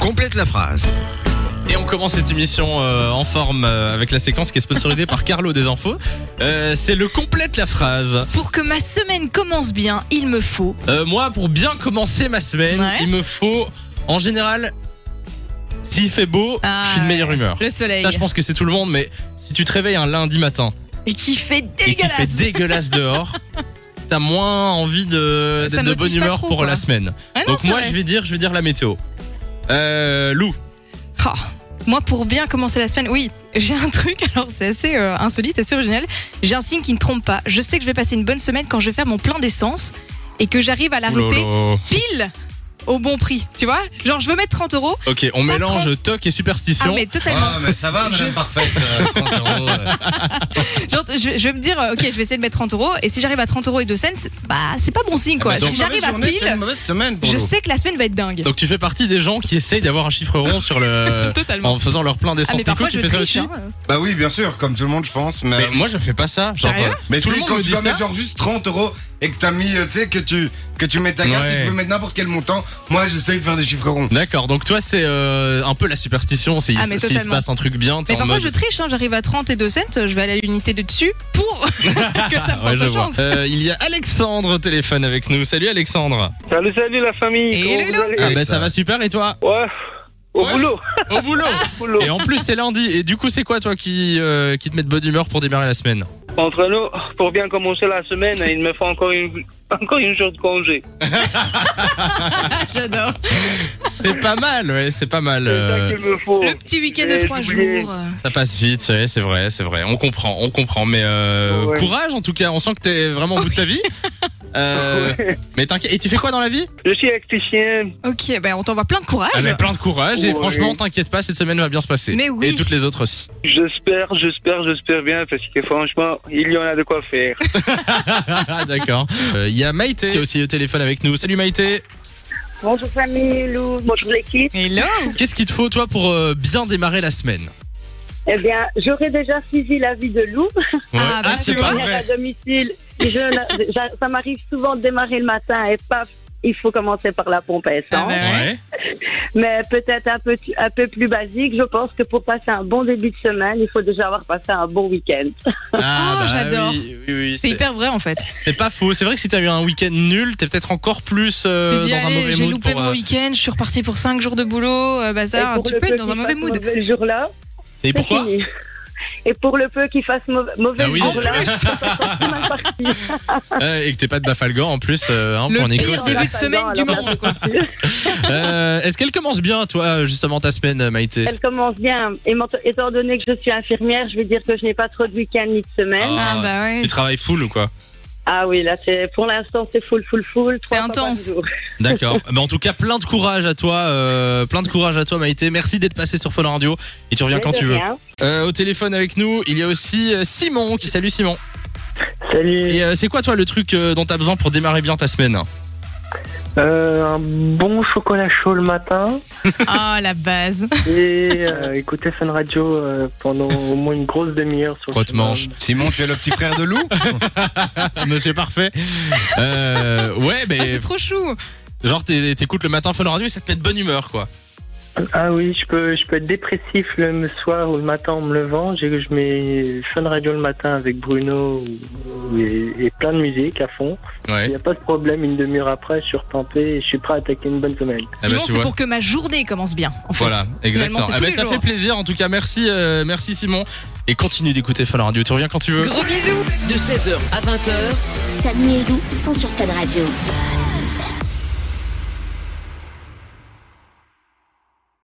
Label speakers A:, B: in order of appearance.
A: Complète la phrase.
B: Et on commence cette émission euh, en forme euh, avec la séquence qui est sponsorisée par Carlo des Infos. Euh, c'est le complète la phrase.
C: Pour que ma semaine commence bien, il me faut.
B: Euh, moi, pour bien commencer ma semaine,
C: Ouais.
B: il me faut, en général, s'il fait beau,
C: Ah,
B: je suis de meilleure
C: ouais.
B: humeur.
C: Le soleil.
B: Ça, je pense que c'est tout le monde, mais si tu te réveilles un lundi matin
C: Et qui fait
B: et qu'il
C: dégueulasse.
B: fait dégueulasse dehors, t'as moins envie de,
C: Ça
B: d'être de
C: motive
B: bonne
C: pas
B: humeur
C: trop,
B: pour
C: quoi.
B: la semaine.
C: Ah non,
B: Donc
C: c'est
B: moi,
C: vrai.
B: je vais dire, je vais dire la météo. Euh, Lou,
C: Ah, moi, pour bien commencer la semaine, oui, j'ai un truc, alors c'est assez euh, insolite, assez original. J'ai un signe qui ne trompe pas. Je sais que je vais passer une bonne semaine quand je vais faire mon plein d'essence et que j'arrive à l'arrêter
B: Oulala.
C: pile au bon prix. Tu vois Genre, je veux mettre 30 euros.
B: Ok, on mélange toc et
C: Ah,
B: superstition.
C: mais totalement.
D: mais ça va, madame parfaite. euh, 30 euros, euh.
B: Ah.
C: Genre, je, vais- je vais me dire, euh, ok, je vais essayer de mettre 30 euros. Et si j'arrive à 30 euros et 2 cents, bah, c'est pas bon signe, quoi.
B: Ah,
D: Mais c'est
C: si
D: une
C: j'arrive
D: mauvaise
C: à
D: journée, c'est une
C: pile,
D: mauvaise semaine pour
C: je
D: nous.
C: sais que la semaine va être dingue.
B: Donc tu fais partie des gens qui essayent d'avoir un chiffre rond sur le
C: Totalement.
B: en faisant leur plein
C: Ah,
B: d'essence.
C: mais
B: Nico,
C: parfois,
B: tu
C: je
B: fais ça
C: triche.
B: aussi
C: hein.
D: Bah oui, bien sûr, comme tout le monde, je pense. Mais, euh,
B: Mais moi je fais pas ça. Genre,
C: Sérieux
B: euh,
D: mais
B: tout
D: si,
B: le monde
D: quand
B: me
D: tu
B: dit
D: dois
B: ça.
D: mettre genre juste 30 euros et que t'as mis, euh, tu sais, que tu, que tu mets ta carte
B: Ouais.
D: et tu peux mettre n'importe quel montant, moi j'essaye de faire des chiffres ronds.
B: D'accord, donc toi c'est euh, un peu la superstition, c'est
C: Ah,
B: il,
C: mais
B: s'il se
C: totalement.
B: passe un truc bien, t'es
C: Mais
B: en mode...
C: parfois je triche, hein, j'arrive à 30 et 2 cents, je vais aller à l'unité de dessus pour que ça me
B: Ouais,
C: porte
B: je vois.
C: chance.
B: Euh, il y a Alexandre au téléphone avec nous. Salut Alexandre.
E: Salut, salut la famille.
C: Et
E: Comment
C: hello.
E: vous allez
B: Ah
D: Et
B: bah
D: Ah, ça.
B: ça va super et toi
E: Ouais, au
B: Ouais.
E: boulot.
B: Au boulot.
E: au boulot.
B: Et en plus c'est lundi. Et du coup c'est quoi toi qui euh, qui te met de bonne humeur pour démarrer la semaine
E: Entre nous, pour bien commencer la semaine, il me faut encore une, encore une jour de congé.
C: Ah, J'adore.
B: C'est pas mal, ouais, c'est pas mal.
E: C'est
B: euh,
E: ça qu'il me faut.
C: Le petit week-end de
E: j'ai
C: 3
E: oublié.
C: jours.
B: Ça passe vite, ouais, c'est vrai, c'est vrai. On comprend, on comprend. Mais euh,
E: Ouais.
B: courage en tout cas, on sent que t'es vraiment au bout de ta vie. Euh, Mais t'inquiète, et tu fais quoi dans la vie
E: Je suis électricien.
C: Ok, ben on t'envoie plein de courage.
B: Ah, mais plein de courage et
E: Ouais.
B: franchement, t'inquiète pas, cette semaine va bien se passer.
C: Mais oui.
B: Et toutes les autres aussi.
E: J'espère, j'espère, j'espère bien parce que franchement, il y en a de quoi faire.
B: Ah, D'accord. Euh, Il y a Maïté qui est aussi au téléphone avec nous. Salut Maïté.
F: Bonjour famille, Lou, bonjour l'équipe.
C: Hello
B: Qu'est-ce qu'il te faut toi pour euh, bien démarrer la semaine
F: Eh bien, j'aurais déjà suivi l'avis de Lou.
C: Ah, bah,
B: c'est
C: tu
B: pas
C: vois.
F: Venir
B: vrai.
F: à domicile, je- je- ça m'arrive souvent de démarrer le matin et paf, il faut commencer par la pompe à essence.
C: Ah bah ouais.
B: Ouais.
F: Mais peut-être un peu, tu- un peu plus basique, je pense que pour passer un bon début de semaine, il faut déjà avoir passé un bon week-end.
B: Ah,
C: Oh,
B: bah
C: j'adore.
B: oui, oui, oui,
C: C'est
B: c'est-
C: hyper vrai en fait.
B: C'est pas faux. C'est vrai que si t'as eu un week-end nul, t'es peut-être encore plus euh,
C: Tu dis,
B: dans un
C: allez,
B: mauvais
C: j'ai
B: mood.
C: loupé
B: pour,
C: mon
B: euh,
C: week-end, je suis reparti pour 5 jours de boulot, euh,
F: Et
C: bazar,
F: pour
C: tu
F: le
C: peux
F: peu
C: être dans un
F: qu'il
C: mauvais
F: fasse
C: mood.
F: mauvais le jour-là,
B: Et
F: c'est
B: pourquoi
F: fini. Et pour le peu qu'il fasse mau- mauvais
B: Ah oui,
F: le
B: en
F: jour-là,
B: plus.
F: c'est mal parti.
B: Euh, et que t'es pas de Bafalgan en plus euh, hein, pour
C: Le
B: Nico.
C: pire
B: c'est-
F: on
C: début
F: l'a
C: de
F: pas
C: semaine
F: dedans,
C: du
F: alors
C: monde quoi.
B: Euh, Est-ce qu'elle commence bien, toi, euh, justement, ta semaine, Maïté
F: Elle commence bien. Et m'ent- étant donné que je suis infirmière, je vais dire que je n'ai pas trop de week-end ni de semaine.
C: Ah bah ouais.
B: Tu travailles full ou quoi
F: Ah oui, là, c'est pour l'instant, c'est full, full, full.
C: C'est
F: Trois fois par
C: intense.
F: jour.
B: D'accord. Mais en tout cas, plein de courage à toi, euh, plein de courage à toi, Maïté. Merci d'être passé sur Fun Radio et tu reviens
F: Mais
B: quand
F: de
B: tu veux.
F: rien.
B: Euh, au téléphone avec nous, il y a aussi euh, Simon qui salue Simon.
E: Salut.
B: Et euh, c'est quoi toi le truc euh, dont t'as besoin pour démarrer bien ta semaine
E: Euh, un bon chocolat chaud le matin.
C: Ah la base.
E: Et euh, écouter Fun Radio euh, pendant au moins une grosse demi-heure sur
B: Crotte manche,
D: Simon, tu es le petit frère de Lou
B: Monsieur Parfait. Euh, ouais,
C: Ah,
B: mais
C: c'est trop chou.
B: genre t'é- t'écoutes le matin Fun Radio et ça te met de bonne humeur, quoi.
E: Ah oui, je peux, je peux être dépressif le soir ou le matin en me levant. Je, je mets Fun Radio le matin avec Bruno ou- et, et plein de musique à fond. Il
B: Ouais.
E: n'y a pas de problème, une demi-heure après, je suis repampé et je suis prêt à attaquer une bonne semaine.
B: Ah bah,
C: Simon,
B: tu
C: c'est
B: vois.
C: pour que ma journée commence bien en fait.
B: Voilà, exactement.
C: c'est
B: Ah
C: tous
B: ben,
C: les
B: ça
C: jours. hein.
B: fait plaisir en tout cas. Merci, euh, merci Simon. Et continue d'écouter Fun Radio. Tu reviens quand tu veux.
C: Gros bisous
G: De 16h à 20h,
H: Samy et Lou sont sur Fan Radio.